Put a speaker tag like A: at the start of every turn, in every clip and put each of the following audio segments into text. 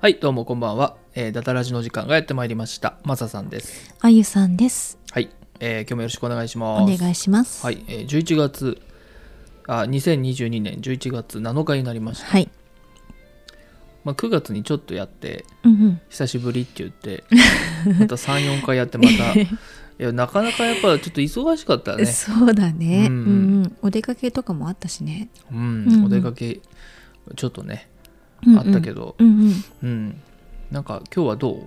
A: はい、どうもこんばんは。えーダタラジの時間がやってまいりました。マサさんです。
B: あゆさんです。
A: はい、えー今日もよろしくお願いします。
B: お願いします。
A: は。い、えー11月あ、2022年11月7日になりました。
B: はい。
A: まあ、9月にちょっとやって、
B: うんうん。
A: 久しぶりって言 って、また3、4回やって、また、いやなかなかやっぱちょっと忙しかったね。
B: そうだね。
A: う
B: うんん、うん。お出かけとかもあったしね。
A: う、
B: うんん
A: お出かけ、ちょっとね、
B: うんうん
A: あったけど、
B: うんうん。
A: うん、なんか今日はどう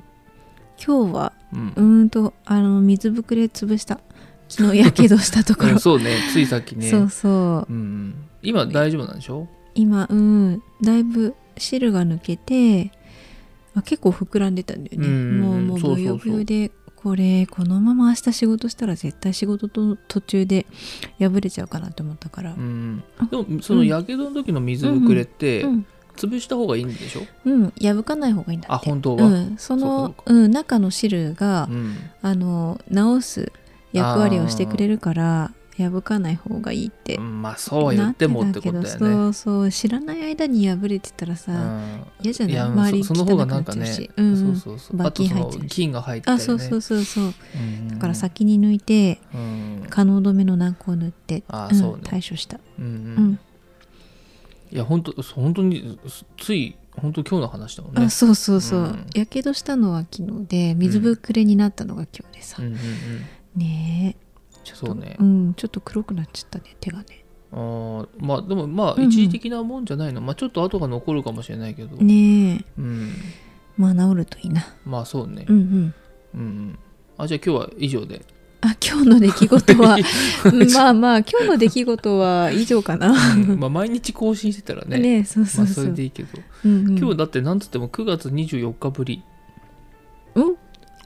B: 今日は
A: うん
B: う、ーんとあの水ぶくれ潰した。昨日やけどしたとこ
A: う
B: ろ。
A: んそうね、ついさっきね。
B: そうそう
A: うんうん、今大丈夫なんでしょ
B: 今うんだいぶ汁が抜けて、あ結構膨らんでたんだよね。
A: うんうん
B: もうもう
A: そう
B: ぶ
A: そ
B: よ
A: うそう
B: ぶよで。これこのまま明日仕事したら絶対仕事と途中で破れちゃうかなと思ったから、
A: うん
B: あ、
A: でもそのやけどの時の水ぶくれって
B: うん、
A: 潰した方がいいんでしょ、
B: うん、破かない方がいいんだって
A: あ本当は
B: うん、そ
A: そう
B: の、
A: かそう
B: ん、中の汁が、
A: うん
B: あの治す役割をしてくれるから破かない方がいいって
A: うんまあそうは言ってもってことだ
B: な
A: よ
B: てたけど
A: ね
B: そうそう知らない間に破れてたらさ、嫌じ
A: う
B: ゃ
A: ん、い
B: ない
A: や
B: 周り
A: そその方が
B: 汚く
A: な
B: なんっ
A: か
B: ちゃう
A: ね
B: し、うんうん
A: そうそうそう
B: ば
A: あ
B: っ
A: と
B: 菌
A: そ
B: 入っちゃう
A: の菌が入ってた
B: あ
A: りね
B: そうそうそうそう
A: うん
B: だから先に抜いて
A: うん
B: 可能止めの軟膏を塗って
A: あ
B: うん
A: そうね
B: 対処した
A: うんうん
B: うん
A: いや本当本当にすつい本当今日の話だもんね
B: あそうそうそううんやけどしたのは昨日で水ぶくれになったのが今日でさ
A: うん、うんうん
B: ねえちょっと
A: そうね
B: うん、ちょっと黒くなっちゃったね手がね
A: あーまあでもま
B: うん
A: あ
B: うん
A: 一時的なもんじゃないの、まあちょっと後が残るかもしれないけど、
B: ねえ
A: うん
B: まあ治るといいな
A: まあそうね
B: う、んうん
A: うんうんあじゃあ今日は以上で
B: あ今日の出来事 はまあまあ今日の出来事は以上かな
A: うん まあ、毎日更新してたらね
B: ねそう
A: ま
B: そ
A: あ、
B: うそ、
A: そうれでいいけど、
B: うんうん、
A: 今日だってなんつっても9月24日ぶり、
B: うん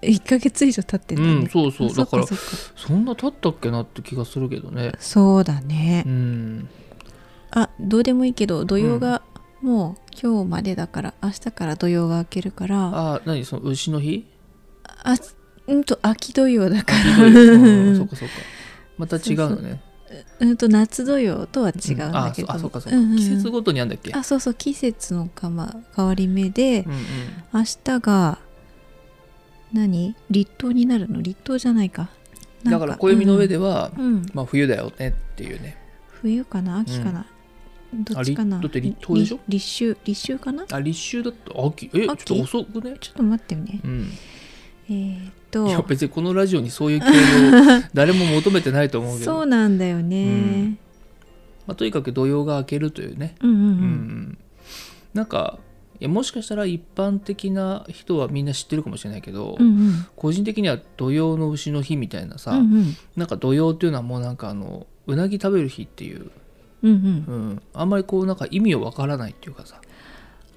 B: 1ヶ月以上経ってん
A: う
B: だ
A: ん
B: ね、
A: そうそうだから
B: そっそっ
A: そんな経ったっけなって気がするけどね
B: そうだね
A: うん
B: あどうでもいいけど土曜がもう今日までだから明日から土曜が明けるから
A: あ何その牛の 日
B: あうんと秋土曜だか
A: ひ
B: ら
A: どいうんそうっかそっかまた違うのね
B: んと夏土曜とは違うん
A: ん
B: だ
A: あ
B: け
A: そ
B: ど、
A: あそっかそっか、
B: んんん
A: 季節ごとにあんだっけ
B: あそうそう季節のか、ま、変わり目で
A: うんうん
B: 明日が何立冬になるの立冬じゃないかなん
A: だから暦の上では、
B: うん、うん
A: まあ冬だよねっていうね
B: 冬かな秋かな、どっちか
A: あ
B: な
A: 立だって立冬でしょ
B: り立秋立秋かなちょ
A: あ立秋だった秋えちょっ
B: 秋
A: と遅くね
B: っと待ってよね
A: うん
B: えーっ
A: いや
B: と
A: 別にこのラジオにそういう系 を誰も求めてないと思うけど
B: そうなんだよね、
A: まあ、とにかく土曜が明けるというね、
B: うん、うんう
A: うんんうんなんかいやもしかしたら一般的な人はみんな知ってるかもしれないけど、
B: うんうん
A: 個人的には土曜の牛の日みたいなさ、
B: うんうん
A: なんか土曜っていうのはもうなんかあのうなぎ食べる日っていう、
B: うんうん
A: うん、あんまりこうなんか意味をわからないっていうかさ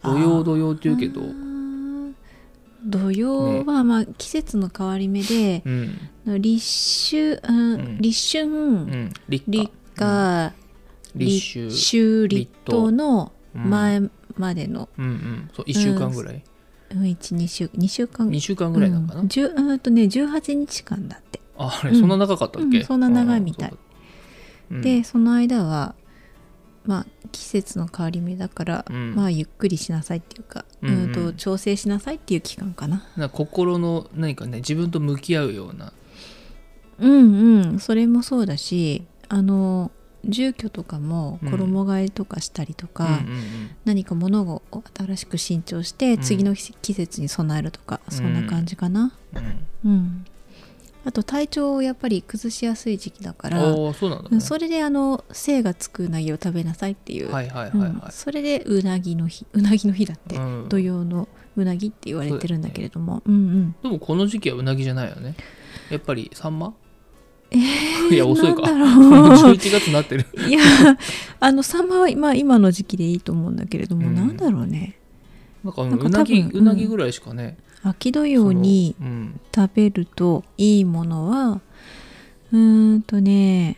A: 土曜土曜っていうけど、
B: あー土曜はまあ季節の変わり目で、
A: うん
B: 立秋、うん
A: うん
B: 立春、
A: うん、立夏
B: 立夏、
A: 立秋
B: 秋立冬の
A: うん
B: 前までの、
A: うんうんそう1週間ぐらい、
B: うん、12週2週間
A: 2週間ぐらいなのかな、
B: うんじゅうんとね18日間だって、
A: ああれ
B: うん
A: そんな長かったっけ、
B: うんそんな長いみたい
A: ああそうだ
B: でその間はまあ季節の変わり目だから、
A: うん
B: まあゆっくりしなさいっていうか、
A: う
B: うん
A: うん
B: んと調整しなさいっていう期間かな
A: うんなんか心の何かね自分と向き合うような
B: うんうんそれもそうだしあの住居とかも衣替えとかしたりとか、
A: うんうんうん
B: 何か物を新しく新調し
A: う
B: て
A: ん
B: 次の季季節に備えるとか、そんな感じかな
A: うん
B: うん、あと体調をやっぱり崩しやすい時期だから、
A: ああそうなんだ、
B: う
A: ね、
B: んそれであの精がつくうなぎを食べなさいっていう、
A: はいはいはいはい、
B: うんそれでうなぎの日うなぎの日だって、
A: うん
B: 土曜のうなぎって言われてるんだけれどもう,、ん
A: でもこの時期はうなぎじゃないよねやっぱりサンマ
B: うん
A: いや遅いか
B: なん
A: もう
B: だろう
A: 11月になってる
B: いやあのサンマは今今の時期でいいと思うんだけれども、
A: うん
B: なんだろうね
A: なんかう
B: なんか多分
A: なぎう
B: うん
A: なぎぐらいしかね
B: 秋土曜に
A: そのうん
B: 食べるといいものはうーんとね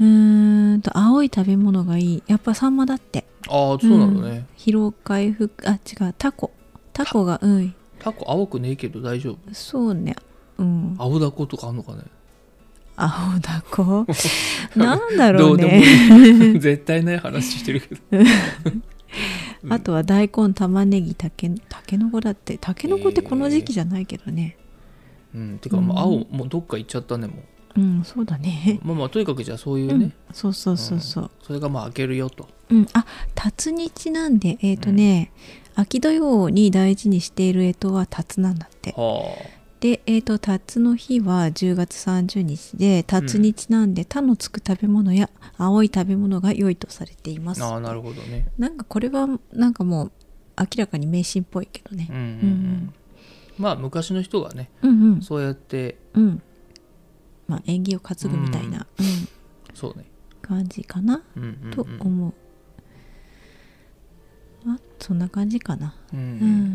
B: うーんと青い食べ物がいいやっぱサンマだって
A: ああそうなのね、
B: 疲労回復あ違うタコタコがうん
A: タコ青くねえけど大丈夫
B: そうねうん
A: 青ダコとかあんのかね
B: 青だ こなんだろ
A: ど
B: う
A: うでも
B: ね
A: いい絶対ない話してるけどうん
B: あとは大根玉ねぎたけたけのこだってたけのこってこの時期じゃないけどね、
A: うん、てかもう青もうどっか行っちゃったねも
B: うんそうだね
A: う、まあまあとにかくじゃあそういう
B: う
A: ね、
B: ん、そうそうそうそう、
A: それがまあ開けるよと
B: うん、あ辰にちなんでえっ、とね、秋土曜に大事にしている干支は辰なんだって
A: は
B: でえっ、と辰の日は10月30日で辰にちなんで他のつく食べ物や青い食べ物が良いとされています
A: あああなるほどね
B: なんかこれはなんかもう明らかに迷信っぽいけどね
A: うんうん、うん
B: うん
A: まあ昔の人がね
B: うんうん
A: そうやって
B: うんまあ縁起を担ぐみたいな、うん
A: そうね
B: 感じかな
A: うんうん
B: と
A: うん
B: 思う、あそんな感じかな、
A: うんう
B: うん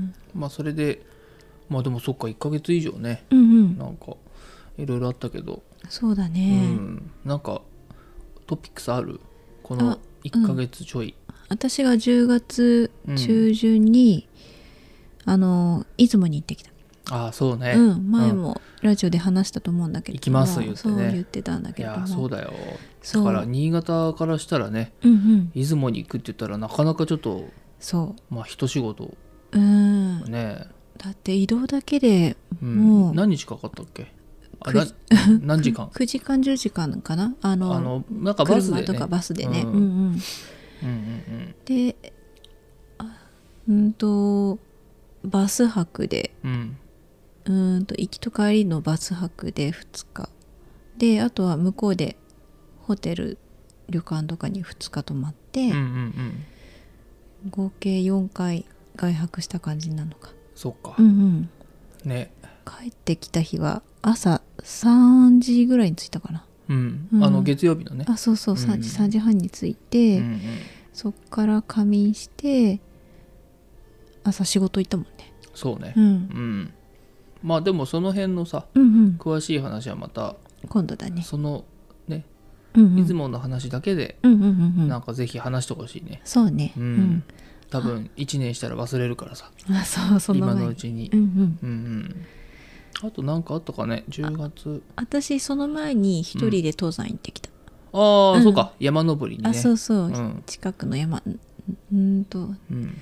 B: ん、
A: まあそれでまあでもそっか1ヶ月以上ね
B: うんうん
A: なんかいろいろあったけど、
B: そうだ
A: う
B: ね、
A: ん、なんかトピックスあるこ
B: あ
A: の1ヶ月ちょい、
B: 私が10月
A: うん
B: 中旬に、あの出雲に行ってきた、
A: ああそうね、
B: うん、前もラジオで話したと思うんだけど
A: 行きます言ってね
B: そう言ってたんだ
A: い
B: けれど
A: や
B: も
A: そうだよ
B: そ
A: だ
B: う
A: から新潟からしたらね
B: うんうん
A: 出雲に行くって言ったらなかなかちょっと
B: そ
A: まあ一仕事
B: ううん
A: ね
B: だって移動だけで
A: うん
B: もう
A: 何日かかったっけあ
B: く
A: な 何時 間
B: 9時間10時間かなあの
A: あのなんかバスで、
B: 車
A: ね、
B: とかバスでね
A: うん
B: うんうん
A: うんうん
B: であうんとバス泊で
A: うんうん
B: うんと行きと帰りのバス泊で2日であとは向こうでホテル旅館とかに2日泊まって、
A: うんうんうん
B: 合計4回外泊した感じなのか、
A: そっか、
B: うんうん、
A: ね
B: 帰ってきた日は朝3時ぐらいに着いたかな
A: うん、
B: うん
A: あの月曜日のね
B: あそうそう
A: うん
B: 3時、3時半に着いて、
A: うんうん、
B: そっから仮眠して朝仕事行ったもんね、
A: そうね
B: う
A: うん
B: ん、、
A: まあでもその辺のさ
B: うんうん
A: 詳しい話はまた
B: 今度だね
A: そのね
B: うんうん
A: 出雲の話だけで
B: うんうんうんう
A: なんんかぜひ話してほしいね
B: そうね
A: うん、多分1年したら忘れるからさ
B: うんあそうその
A: 今
B: 前
A: のう
B: に
A: ちに
B: うんうん
A: うんうんあと何かあったかね10月
B: 私その前に一人で登山行ってきた、
A: ああ、
B: うん
A: そうか山登りにね
B: あそうそう、
A: うん
B: 近くの山んうんと
A: うん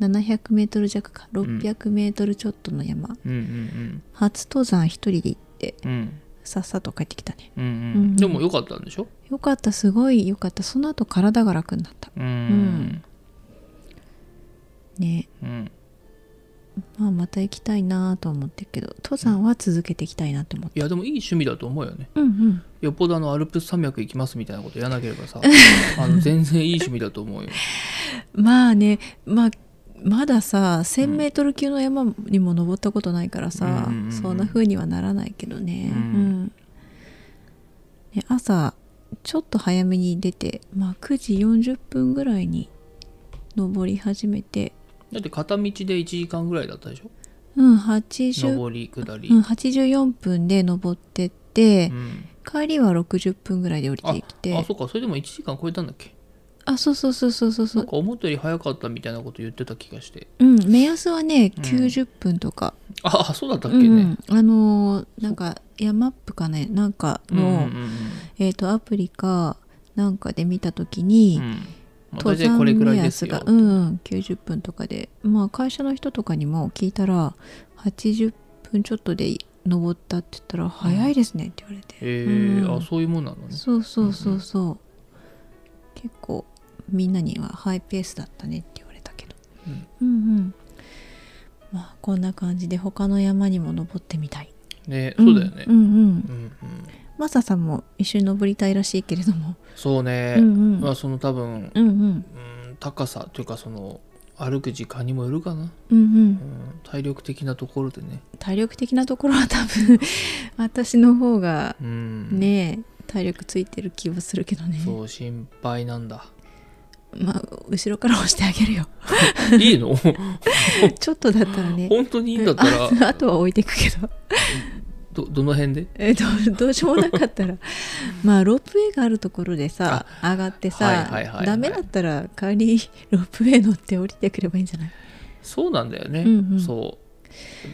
B: 7 0 0ル弱か
A: ん
B: 6 0 0ルちょっとの山、
A: うんうん
B: 初登山一人で行って
A: うんうん
B: さっさと帰ってきたね
A: うん
B: う
A: うん
B: ん
A: でも良かったんでしょ
B: よかったすごいよかったその後体が楽になった
A: うん
B: ね
A: うん
B: まあまた行きたいなと思ってるけど登山は続けていきたいなって思って
A: いやでもいい趣味だと思うよね
B: うんうん
A: よっぽどあのアルプス山脈行きますみたいなことやなければさあの全然いい趣味だと思うよ
B: まあねまあまださ 1,000m 級の山にも登ったことないからさ、
A: うんうんうんうん
B: そんな風にはならないけどね,、
A: う
B: うんんね朝ちょっと早めに出て、まあ、9時40分ぐらいに登り始めて、
A: だって片道で1時間ぐらいだったでしょ
B: うん、80
A: 上り下り
B: うん、84分で登ってって、
A: うん
B: 帰りは60分ぐらいで降り
A: あ
B: てきて
A: あそうかそれでも1時間超えたんだっけ
B: あそうそうそうそうそうそ
A: なん
B: う、
A: か思ったより早かったみたいなこと言ってた気がして
B: うん、目安はね
A: うん
B: 90分とか
A: ああそうだったっけ
B: うんう
A: ね
B: ん、あのーなんか山アップかねなんか
A: うんうんうん
B: の、えっとアプリかなんかで見た時に
A: う、んまあ
B: 登
A: 大体これ
B: 山
A: くら
B: 目
A: いです
B: 安が
A: よ
B: うんうん90分とかでまあ会社の人とかにも聞いたら80分ちょっとで登ったって言ったら「早いですね」って言われて、
A: え
B: うん
A: ーあそういうもんなのね
B: そうそうそうそう、結構みんなにはハイペースだったねって言われたけど、うん、うんまあこんな感じで他の山にも登ってみたい
A: ねそうだよね
B: うんうん
A: うんうん
B: マサさんも一緒に登りたいらしいけれども、
A: そうね
B: うんうん
A: まあその多分
B: うんうん
A: うん高さというかその歩く時間にもよるかな
B: うん
A: う
B: う
A: んん体力的なところでね
B: 体力的なところは多分 私の方が
A: うん
B: ね体力ついてる気はするけどね
A: そう心配なん だ
B: まあ後ろから押してあげるよ
A: いいの
B: ちょっとだった らね
A: 本当にいいんだったら
B: ああとは置いていくけど
A: どどの辺で
B: えどうどうしようもな かったらまあロープウェイがあるところでさ上がってさ、
A: はいはいはいはい
B: ダメだったら代わりにロープウェイ乗って降りてくればいいんじゃない
A: そうなんだよね、
B: うんうん
A: そう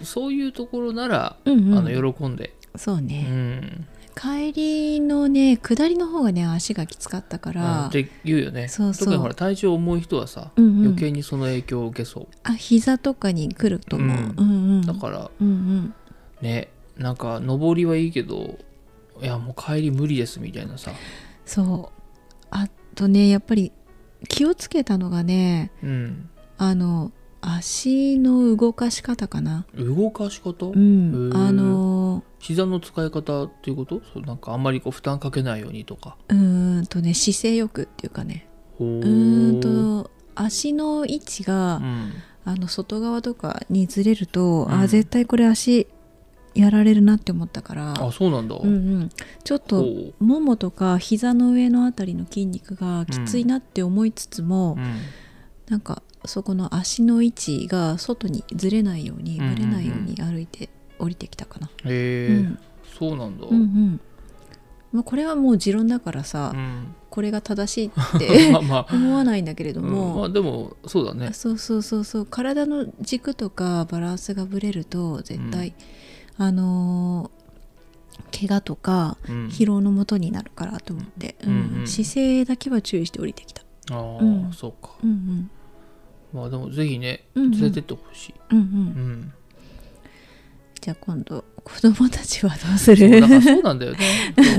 A: そういうところなら、
B: うんうん
A: あの喜んで、
B: そう
A: う
B: ね、
A: ん、
B: 帰りのね下りの方がね足がきつかったから、
A: って言うよね
B: そうそう
A: 特にほら体重重い人はさ、
B: うんうん
A: 余計にその影響を受けそう
B: あ膝とかに来ると思う、
A: うん
B: うんうん、
A: だから
B: うんうん
A: ねなんか上りはいいけどいやもう帰り無理ですみたいなさ、
B: そうあとねやっぱり気をつけたのがね
A: うん、
B: あの足の動かし方かな
A: 動かし方、
B: うん
A: へー
B: あの
A: 膝の使い方っていうことそうなんかあんまりこう負担かけないようにとか
B: うーんとね姿勢よくっていうかね
A: ほー
B: うーんと足の位置が、
A: うん
B: あの外側とかにずれると、
A: う
B: あ
A: ん
B: 絶対これ足やられるなって思ったから
A: あそうなんだ、
B: うんうん、ちょっと
A: ほ
B: ももとか膝の上のあたりの筋肉がきついなって思いつつ
A: う
B: も、
A: うん
B: なんかそこの足の位置が外にずれないよう
A: う
B: に
A: んうんうん
B: ぶれないように歩いて降りてきたかな。
A: へえ、
B: うん
A: そうなんだ、
B: うんうんまあ、これはもう持論だからさ、
A: うん
B: これが正しいって
A: まあまあ、
B: 思わないんだけれど
A: うんま
B: も、
A: あでもそうだね
B: そうそうそうそう体の軸とかバランスがぶれると絶対、あのー怪我とか
A: うん
B: 疲労のもとになるからと思って、うん
A: うんうん
B: 姿勢だけは注意して降りてきた。
A: ああ、
B: うん
A: そうか
B: うんうん
A: まあでもぜひね
B: うんうん
A: 連れてってほしい、
B: うんう、
A: うん ん
B: じゃあ今度子供たちはどうす
A: そう
B: る
A: だからそうなんだよね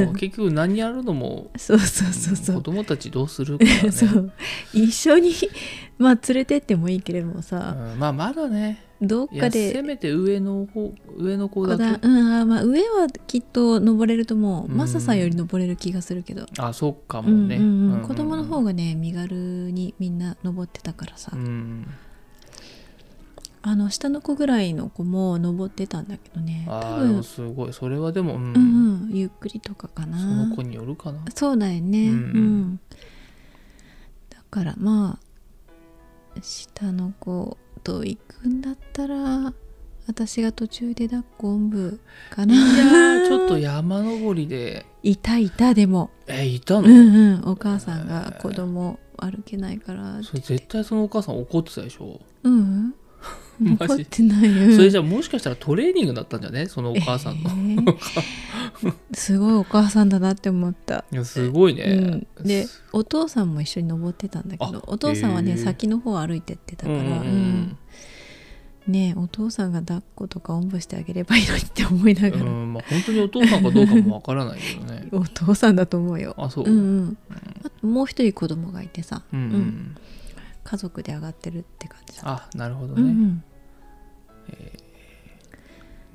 A: そう結局何やるのも
B: そうそうそうそ
A: 子
B: う。
A: 供たちどうするか、ね
B: そう一緒に まあ連れてってもいいけれども
A: う
B: さ、
A: んまあまだね
B: どっ
A: い
B: か
A: やせ
B: で
A: めて上の方上の子だけ
B: こだうんあーまあ、上はきっと登れると思
A: う
B: う
A: ん
B: マサさんより登れる気がするけど、
A: あそうか
B: う
A: も
B: ん
A: ね、
B: うんうん
A: うんうん
B: 子供の方がね身軽にみんな登ってたからさ、
A: うん
B: あの下の子ぐらいの子も登ってたんだけどね多
A: ああでも
B: 分、
A: すごいそれはでもうん、
B: うんうん、ゆっくりとかかな
A: その子によるかな
B: そうだよね、う
A: うんん
B: だからまあ下の子と行くんだったら私が途中で抱っこおんぶかない
A: やーちょっと山登りで
B: いたいたでも
A: えいた
B: う
A: の、
B: んうんお母さんが子供歩けないからって
A: それ絶対そのお母さん怒ってたでしょ、
B: うんうん
A: マ
B: 怒っ
A: ジ
B: てないよ
A: それじゃあもしかしたらトレーニングだったんじゃねそのお母さんの、
B: の、えー すごいお母さんだなって思った
A: いやすごいね、
B: うん、でお父さんも一緒に登ってたんだけど
A: あ
B: お父さんはね
A: へえ
B: 先の方歩いてってた
A: う
B: か
A: ん
B: ら、
A: うんうん
B: うんねえお父さんが抱っことかおんぶしてあげればいいのにって思いな
A: う
B: がら、
A: んまあ、本当にお父さんかどうかもわからないけどね
B: お父さんだと思うよ。
A: あそう
B: う
A: うんん
B: うん、あともう一人子供がいてさ、
A: うん、
B: うん家族で上がってるって感じだった。
A: あなるほど
B: うんう
A: ね,、
B: ん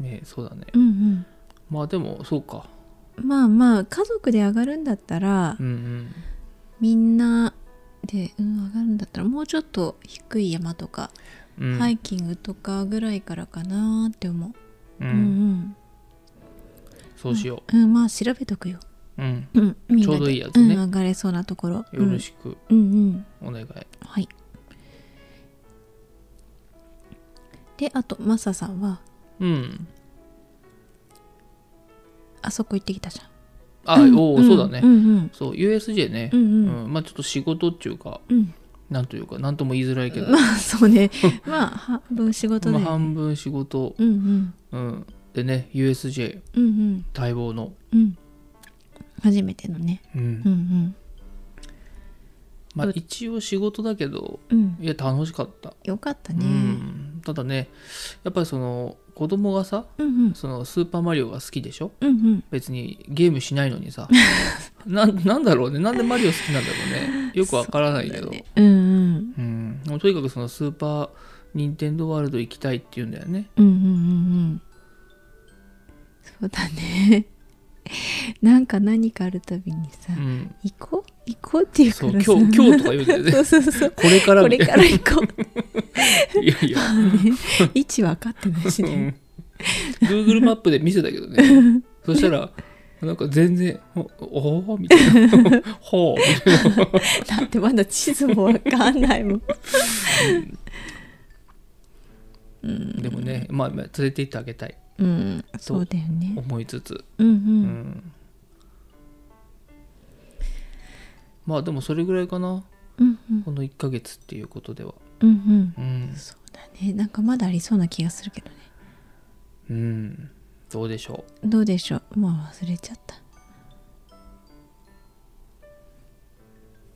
A: ねそうだね
B: うん
A: まあでもそうか
B: うん、まあまあ家族で上がるんだったら、
A: うんうん
B: みんなで、うん、上がるんだったらもうちょっと低い山とか、
A: うん
B: ハイキングとかぐらいからかなーって思う。
A: うん
B: うんうん
A: そうしよ
B: うん、まあ調べとくよ。
A: う、うん、
B: うん、みんなで
A: ちょうどいいやつね
B: うん、上がれそうなところ。
A: よろしく
B: うん、うんうん
A: お願い、
B: はい。で、あと、マサさんは、
A: うん
B: あそこ行ってきたじゃん。
A: あ、おお、
B: ん
A: そうだね、
B: うんうん。
A: そう USJ ね、
B: うん
A: う
B: うん。
A: んまあちょっと仕事っていうか
B: うん、
A: なんというかなんとも言いづらいけど、
B: まあ、そうね。まあ、半分仕事
A: ま
B: だ
A: あ、
B: よね。
A: 半分仕事、
B: うんうん。
A: うん、でね USJ
B: うんうん。
A: 待望の、
B: うん。初めてのね。
A: うん
B: うん
A: まあ、一応仕事だけど
B: うん。うん。
A: いや楽しかった、
B: よかった
A: う
B: ね。
A: ん、ただねやっぱりその子供がさ
B: うんうん。
A: そのスーパーマリオが好きでしょ
B: うんうん。
A: 別にゲームしないのに さななんだろうねなんでマリオ好きなんだろうねよくわからないけどう,、
B: ねうんうん。
A: んもうとにかくそのスーパーニンテンドーワールド行きたいって言うんだよね
B: うんうんうんうん。そうだね。 なんか何かあるたびにさ、
A: うん
B: 行こう行こうっていう
A: そ
B: か
A: う
B: ら
A: 今
B: さ
A: 日今日とか言うんだよね
B: そうそうそう
A: これから
B: こ
A: み
B: れ
A: たい
B: から行こう
A: ないやいや、
B: 位置分かってないし
A: う
B: ね
A: ん、Google マップで見せたけど ねそしたらなんか全然「おおー」みたいな「ほう」みたいな
B: だってまだ地図も分かんないもんうん
A: でもね、まあ、まあ連れて行ってあげたい
B: うんそうだよね
A: 思いつつ、
B: うんう
A: うん
B: ん
A: まあでもそれぐらいかな
B: うんうん
A: この1ヶ月っていうことでは
B: うん
A: う
B: うん
A: ん、
B: そうだねなんかまだありそうな気がするけどね
A: うん、どうでしょ
B: どうでしょうまあ忘れちゃった
A: う、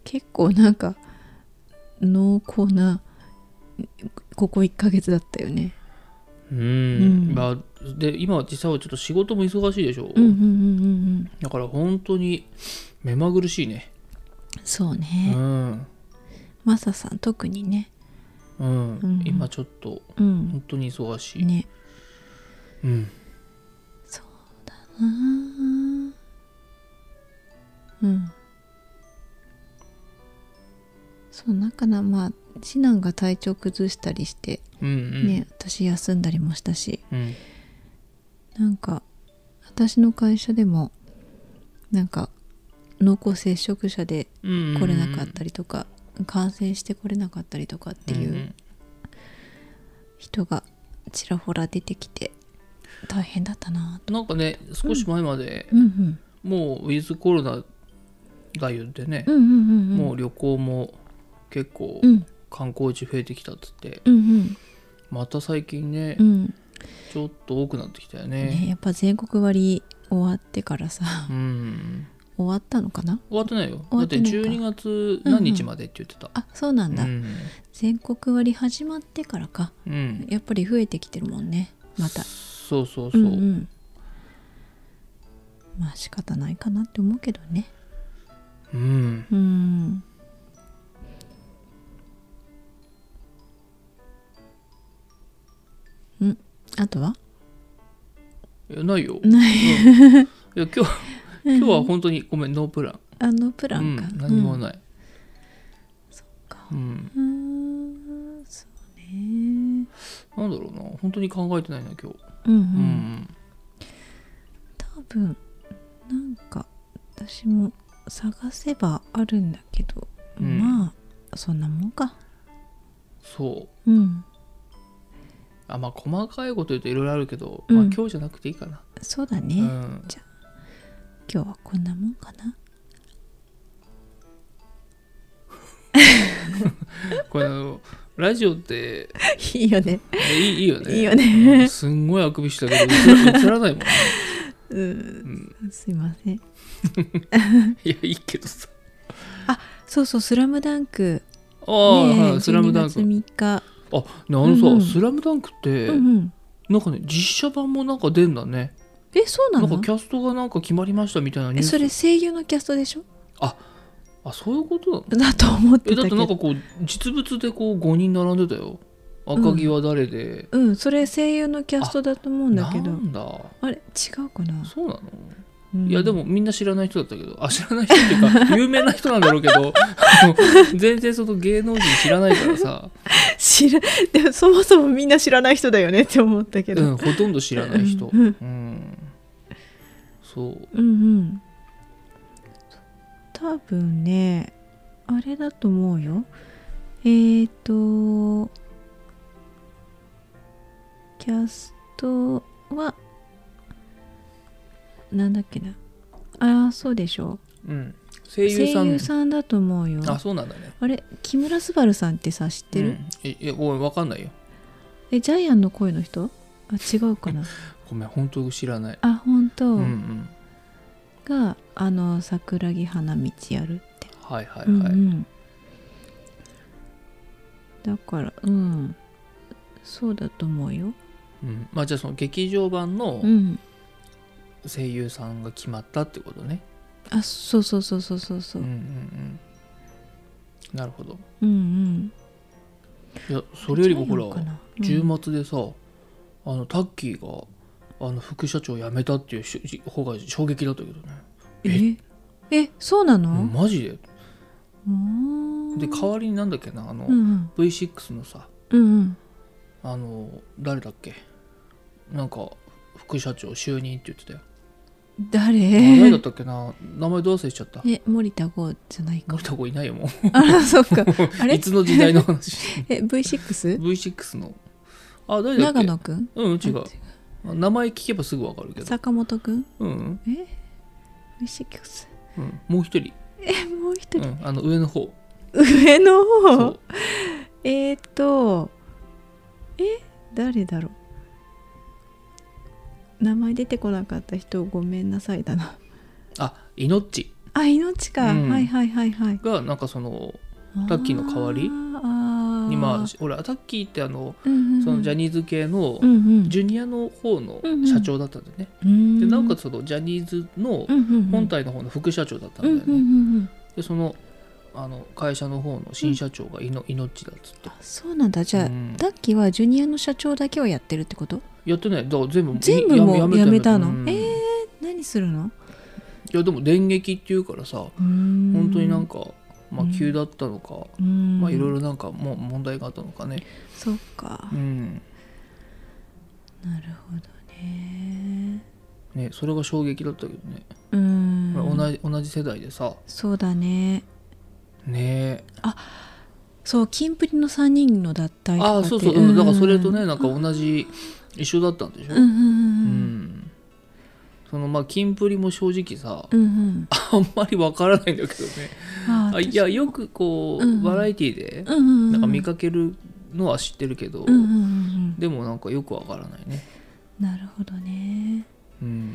B: 結構なんか濃厚なここ1ヶ月だったよね
A: うん、
B: うん
A: まあで今は実際はちょっと仕事も忙しいでしょ、
B: うんうんうんうん
A: だから本当に目まぐるしいね
B: そう
A: う
B: ね、
A: ん、
B: マサさん特にね
A: うん
B: うん
A: 今ちょっと
B: うん
A: 本当に忙しい、
B: ね
A: うん
B: あーうんそうなんかなまあ次男が体調崩したりして
A: うんうん
B: ね、私休んだりもしたし
A: うん
B: なんか私の会社でもなんか濃厚接触者で
A: うん
B: 来れなかったりとか、感染して来れなかったりとかってい
A: ん
B: う人がちらほら出てきて大変だったな
A: うんなんかね少し前まで、
B: うんうん
A: もうウィズコロナが言ってね
B: う、んうんうんうん
A: もう旅行も結構
B: うん
A: 観光地増えてきたっつって、
B: うんうん
A: また最近ね、
B: うん
A: ちょっと多くなってきたよ
B: ね
A: ね
B: やっぱ全国割終わってからさ
A: うん
B: 終わったのかな
A: 終わってないよ
B: 終
A: だ
B: わっ
A: って
B: てないか
A: 12月何日までって言ってた、
B: あそうなんだ、
A: うん
B: 全国割始まってからか
A: うん
B: やっぱり増えてきてるもんねまた
A: そうそうそう、
B: んうん、まあ仕方ないかなって思うけどね
A: うん
B: うんうんあとはい
A: やないよ、うんい
B: ない
A: や今日今日は本当にごめんノープラン
B: あのプランか、
A: うん、何も
B: い
A: ない、うん、
B: うんそうね
A: なんだろうな本当に考えてないな今日
B: うん
A: う
B: う
A: んん
B: 多分なんか私も探せばあるんだけど、
A: うん
B: まあそんなもんか
A: そう
B: うん
A: あまあ細かいこと言うといろいろあるけど、
B: うん
A: まあ今日じゃなくていいかな、
B: そうだ
A: う
B: ね、
A: ん、
B: 今日はこんなもんかな
A: これあのラジオって
B: いいよね
A: いいいいよね
B: いいよね
A: うんすんごいあくびしたけど映ら映らないもん、ね、
B: うん、すいません
A: いやいいけどさ
B: そうそう「スラムダンク
A: あ
B: ね
A: あ、
B: え
A: はい、スラムダンク、
B: 12
A: ね、
B: 月3日、
A: あのさ、
B: うんうん
A: スラムダンクって、
B: うんうん
A: なんかね実写版もなんか出んだね
B: えそうな
A: なん
B: の
A: かキャストがなんか決まりましたみたいなニュ
B: え
A: ース
B: それ声優のキャストでしょ
A: あそういうことなの
B: だと思って
A: えだ
B: た
A: っ
B: け
A: てなん
B: ど
A: かこう実物でこう5人並んでたよ赤木は誰で、
B: うんそれ声優のキャストだと思うんだ
A: な
B: けど
A: んだ
B: あれ違うかな、
A: そうなの
B: うん
A: いやでもみんな知らない人だったけどあ知らない人っていう か有名な人なんだろうけど あの全然その芸能人知らないからさ、
B: 知らでもそもそもみんな知らない人だよねって思ったけ
A: う
B: ど、
A: ん、ほとんど知らない人、
B: うんうん
A: そう
B: うんうん多分ねあれだと思うよえーとキャストはなんだっけなああそうでしょ
A: うん、声
B: 声
A: 優さん
B: 優さんだと思うよ
A: あ
B: あ
A: そうなんだね
B: れ木村昴さんってさ知ってる、
A: うんえいやごめんわかんないよ
B: えジャイアンの声の人あ違うかな
A: ごめん本当知らない
B: あ本当、
A: うんうん
B: があの桜木花道やるって、
A: はいはいはい、
B: うんうんだからうんそうだと思うよ
A: うんまあじゃあその劇場版の
B: うん
A: 声優さんが決まったってことね
B: あそうそうそうそうそうそううん
A: うんうんなるほど
B: うんうん
A: いやそれよりもほ
B: ジャイアン
A: ら
B: かな
A: 10月でさ、あのタッキーがあの副社長辞めたっていうしし方が衝撃だったけどね、
B: うんええそうな
A: もう
B: の
A: マジで
B: おー
A: で代わりになんだっけなあの、
B: うんうん
A: V6 のさ
B: うんうん
A: あの誰だっけなんか副社長就任って言ってたよ、あ誰だ
B: 誰
A: ったっけな名前どう忘れしちゃった
B: え森田剛じゃないか
A: 森田子いないよも
B: あらそっかあ
A: う
B: れ
A: いつの時代の話
B: え V6?
A: V6 のあ誰だっけ
B: 長野くん
A: うん違
B: あ
A: う名前聞けばすぐわかるけど
B: 坂本くん
A: うんうん、
B: え V6?
A: うん、もう一人、
B: えもう一人
A: うん、あの上の方
B: 上の
A: そ
B: 方
A: う
B: えーっとえ誰だろう名前出てこなかった人ごめんなさいだな
A: あ、イノッチ。
B: ああ命か、
A: うん
B: はいはいはいはい
A: がなんかそのタッキーの代わり
B: に
A: 今俺アタッキーってあのそのジャ
B: ニ
A: ニーズ系の
B: うんうん、
A: ジュニアの方の
B: うんうん
A: 社長だったんだよね、で
B: で
A: なおか
B: つ
A: つそのジャニーズの本
B: 本
A: 体の方の副社長だったん
B: う
A: だ
B: ん
A: よ
B: う
A: ね、
B: んうんうん
A: でそのあの会社の方の新社長がいの、命だっつって
B: あそうなんだじゃあ、
A: うん
B: ダッキーはジュニアの社長だけをやってるってこと
A: やってないだから全部
B: 全部もうやめたの
A: うん
B: えー
A: い
B: 何するの
A: やでも電撃っていうからさ本
B: 本
A: 当になんか、まあ
B: うん
A: 急だったのか、
B: ま
A: まあいろいろなんかもう問題があったのかね
B: そうか
A: うん
B: なるほどね
A: ねそれが衝撃だったけどね、
B: うん
A: 同じ同じ世代でさ
B: そうだね
A: ね
B: そうキンプリの3人の脱退と
A: あ
B: か
A: あ
B: って
A: そうそう、うん、だからそれとねなんか同じ一緒だったんでしょ、
B: うんうん
A: う
B: うん
A: んそのまあキンプリも正直さ
B: うんうん
A: あんまりわからないんだけどね
B: あ
A: あいやよくこう、
B: うん
A: バラエティで
B: うんうんうん
A: なんか見かけるのは知ってるけど、
B: うんうんうん
A: でもなんかよくわからないね
B: うんなるほどね
A: うん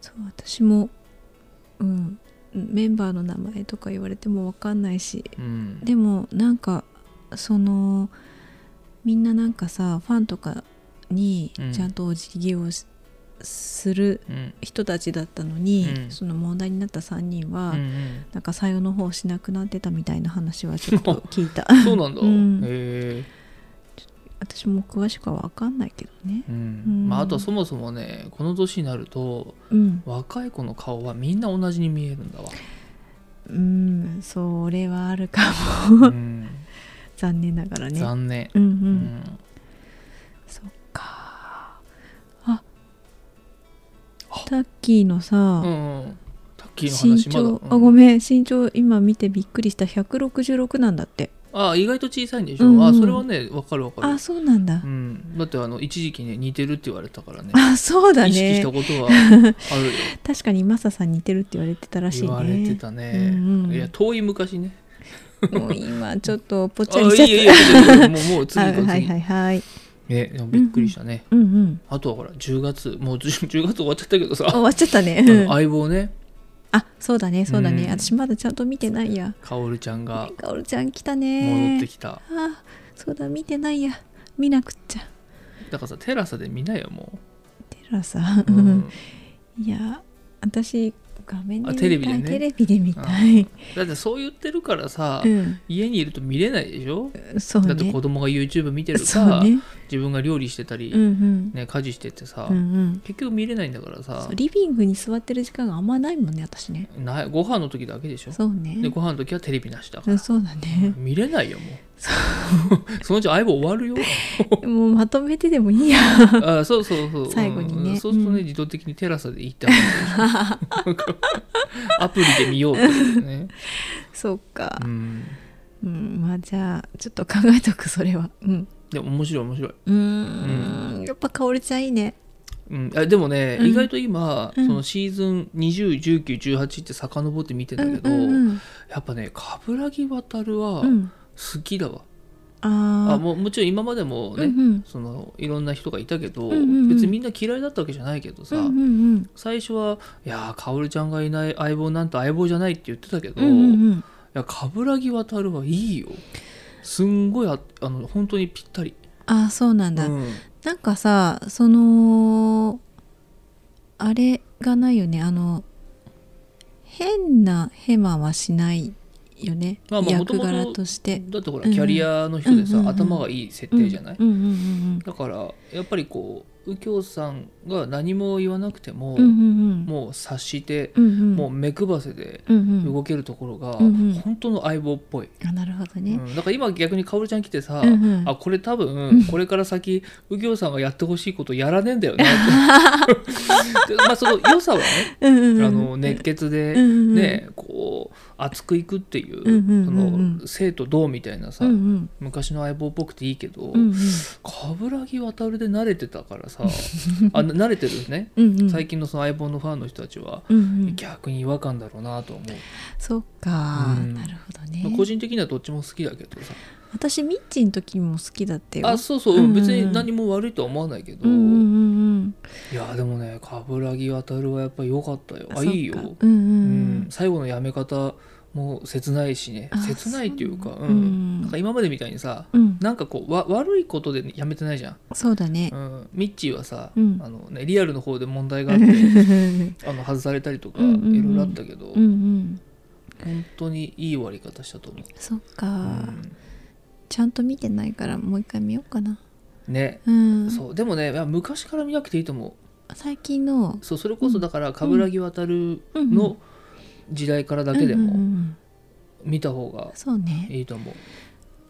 B: そう私もうんメンバーの名前とか言われてもわかんないし
A: うん
B: でもなんかそのみんななんかさファンとかに
A: うん
B: ちゃんとお辞儀をしする
A: うん
B: 人たちだったのに、
A: うん
B: その問題になった3人
A: う
B: は、
A: ん
B: なんか採用の方をしなくなってたみたいな話はちょっと聞い た
A: うんそうなんだ、
B: うん
A: へえ、
B: 私も詳しくは分かんないけどね
A: うん
B: うん
A: まあ、あとそもそもねこの年になると
B: うん、
A: 若い子の顔はみんな同じに見えるん だわ、
B: うん、それはあるか
A: う
B: も
A: ん、
B: 残念ながらね
A: 残念、
B: うんう
A: うんん、
B: そっかあタッキーのさ、
A: うんうんタッキーの
B: 身
A: 話まだ、
B: 長、
A: うん
B: あごめん身長今見てびっくりした166なんだって
A: あ意外と小さいんでしょ、
B: うんうん
A: あそれはねわかるわか
B: あ
A: る
B: そうなんだ、
A: うん、だってあの一時期ね似てるって言われたからね
B: あそうだ
A: 意識し
B: ね
A: たことはあるよ
B: 確かにマサさん似てるって言われてたらしいね
A: 言われてたね、
B: うんうん
A: いや遠い昔ね
B: もう今ちょっとぽっち
A: あ
B: ゃ
A: い
B: りしちゃ
A: や
B: っ
A: いや
B: た
A: いやもうもう次
B: あ
A: 行こう次、
B: はいはいはい
A: ねでもびっくりしたね、
B: うんうん
A: あとはほら10月もう 10, 10月終わっちゃったけどさ
B: あ終わっちゃったね
A: あ
B: うん
A: の相棒ね
B: あそうだねそうだね、
A: うん
B: 私まだちゃんと見てないや
A: カオルちゃんが
B: カオルちゃん来たね
A: 戻ってきた、
B: あそうだ見てないや見なくっちゃ
A: だからさテラサで見なよも
B: テラさ、
A: う、
B: う
A: うんん、
B: いや私画面で
A: あ
B: 見た
A: テ
B: い
A: レビでね
B: テレビで見たい、
A: だってそう言ってるからさ、
B: うん
A: 家にいると見れないでしょ
B: そうね
A: だって子供が YouTube 見てる
B: そ
A: か、
B: うね
A: 自分が料理してたり、
B: うんうん、
A: ね、家事しててさ、
B: うんうん
A: 結局見れないんだからさ
B: そうリビングに座ってる時間があんまないもんね私ね
A: ないご飯の時だけでしょ
B: そうね
A: でご飯の時はテレビなしだか
B: う
A: ら
B: んそうだ ね
A: 見れないよもう そのうち相棒終わる よ
B: もうまとめてでもいいや
A: あそうそうそう
B: 最後にね
A: うんそうするとね、
B: うん
A: 自動的にテラサで行ってあげる でしょアプリで見ようってことだよね、
B: そうか
A: うん、
B: うんまあじゃあちょっと考えとくそれはうん
A: でも面白い面白い、
B: うーんやっぱ香織ちゃんいいね
A: うん、あでもね、
B: うん
A: 意外と今、
B: うん
A: そのシーズン201918って遡って見てんだけど、
B: うんうん
A: やっぱね冠城渡は
B: うん、うん、
A: 好きだわ、あ
B: あー
A: もうもちろん今までもね、
B: うんうん
A: そのいろんな人がいたけど、
B: うんうんうん
A: 別にみんな嫌いだったわけじゃないけどさ、
B: うんうんうん
A: 最初は「いやー薫ちゃんがいない相棒なんて相棒じゃない」って言ってたけど、
B: うんうんうん
A: いや冠城渡はいいよすんごいああの本当にぴったり、
B: あーそうなん
A: う
B: だ、
A: ん、
B: なんかさそのあれがないよねあの変なヘマはしないよね、
A: まあまあ
B: 役柄
A: 元々
B: として
A: だってほら
B: うんうん
A: キャリアの人でさ、
B: うんうんうん
A: 頭がいい設定じゃない、
B: うんうんうん
A: だからやっぱりこう右京さんが何も言わなくても、
B: うんうんうん
A: もう察して、
B: うんうん
A: もう目配せで
B: うんうん
A: 動けるところが、
B: うんうん
A: 本当の相棒っぽい、
B: あなるほど
A: う
B: ね、
A: ん、だから今逆に薫ちゃん来てさ、
B: うんうん
A: あこれ多分これから先右京さんがやってほしいことやらねえんだよなって でまあその良さはね
B: うんうんうん
A: あの熱血
B: うん
A: で
B: うんうん
A: ねこう熱くいくっていう,、
B: うんうんうんうん
A: その生と同みたいなさ、
B: うんうん
A: 昔の相棒っぽくていいけど、
B: うんうん
A: 冠城渡で慣れてたから さあな慣れてるね
B: うんうん
A: 最近のその相棒のファンの人たちは
B: うんうん
A: 逆に違和感だろうなと思う、
B: そうか、
A: うん
B: なるほどね、
A: まあ個人的にはどっちも好きだけどさ
B: 私ミッチーの時も好きだったよ
A: あそうそう、
B: うんうんうん
A: 別に何も悪いとは思わないけど、
B: うんうんうんうんうん
A: いやでもね冠城渡はやっぱ良かったよ
B: あ
A: あいいよ
B: そっかうんうん
A: う
B: うん
A: ん、最後のやめ方も切ないしね
B: あ
A: 切ないっていうか
B: そう
A: う、
B: うん
A: ん、なんか今までみたいにさ
B: うん
A: なんかこうわ悪いことでやめてないじゃん、
B: そう だね
A: うん、ミッチーはさ、
B: うん
A: あのね、リアルの方で問題
B: う
A: があって
B: ん
A: あの外されたりとか
B: うんうんうん
A: いろいろあったけど、
B: うん
A: 本当にいい終わり方したと思う、
B: そっ
A: う
B: か
A: ん
B: ちゃんと見てないからもう一回見ようかな
A: ね、
B: うん
A: そうでもねいや昔から見なくていいと思
B: 最近の
A: うそうそれこそだから冠城渡
B: うんう
A: の時代からだけで
B: うんうん
A: も
B: うん
A: 見た方が
B: そうね
A: いいと思う、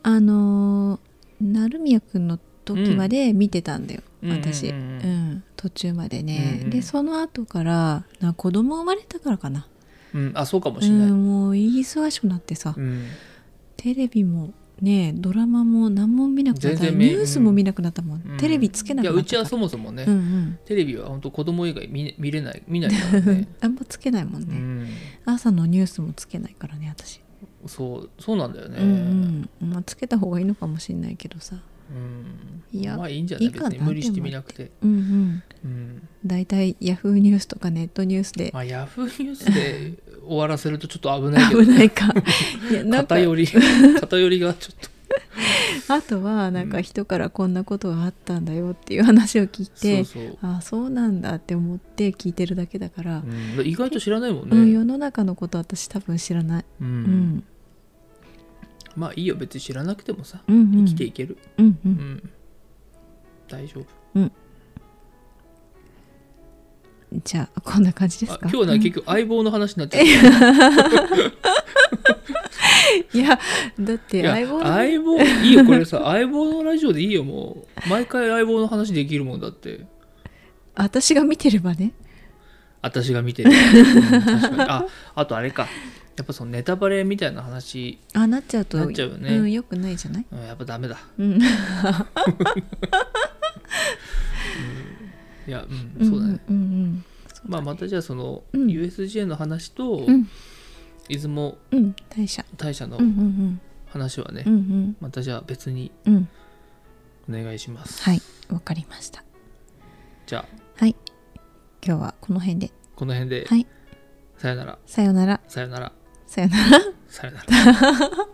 B: あのー成宮くんの時まで見てたんだよ
A: うん
B: 私
A: うんうんうん
B: うん途中まで
A: うんう
B: ね
A: ん
B: でその後からなんか子供生まれたからかな
A: うん、あそうかも
B: う
A: しれない、
B: んもう忙しくなってさ
A: うん
B: テレビもねドラマも何も見なくな
A: 全
B: った
A: 然
B: ニ
A: 見
B: ュースも見なくなったもん、
A: うん
B: テレビつけないく
A: や
B: な
A: う
B: っ
A: ち
B: た
A: は
B: か
A: そもそもね、
B: ら、うん
A: テレビは本当子供以外見見れない見ないから
B: うん
A: ね
B: あんまつけないもん
A: う
B: ね、
A: ん
B: 朝のニュースもつけないからね私、
A: そうそうなんだよね
B: うんうんまあ、つけた方がいいのかもしれないけどさ
A: うん
B: いや
A: まあいいんじゃない
B: いいかな
A: 別に無理して見なくて
B: うんうん
A: うん
B: だいたいヤフーニュースとかネットニュースで
A: まあヤフーニュースで終わらせるとちょっと危ないけど
B: 危ない かいや なんか
A: 偏 り偏りがちょっと
B: あとはなんか人からこんなことがあったんだよっていう話を聞いて、
A: そうそう、
B: ああそうなんだって思って聞いてるだけだから、
A: うん意外と知らないもん
B: うん
A: ね、
B: 世の中のこと私多分知らない、
A: うん
B: うん
A: まあいいよ別に知らなくてもさ
B: うんうん、
A: 生きていける、
B: うんう
A: うん
B: ん、
A: 大丈夫
B: じゃあこんな感じです
A: あ
B: か
A: 今日はね結局相棒の話になっちゃった
B: いやだって
A: いや
B: 相棒の
A: 相棒いいよこれさ 相棒のラジオでいいよもう毎回相棒の話できるもんだって
B: 私が見てればね
A: 私が 見てる、うん確かにああとあれかやっぱそのネタバレみたいな話、
B: あなっちゃうと
A: なっちゃうよね
B: ん、よくないじゃない
A: うん、やっぱダメだ
B: うん
A: いやうんそうだね、
B: うんうんうんそう
A: まあまたじゃあその、
B: うん
A: USJ の話と、
B: うん
A: 出雲
B: うん大社
A: 大社の
B: うんうん
A: 話はね、
B: うんうん
A: またじゃあ別に
B: うんうん
A: お願いします
B: はいわかりました
A: じゃあ
B: はい今日はこの辺で
A: この辺で、
B: はい
A: さよなら
B: さよなら
A: さよなら
B: さよなら
A: さよなら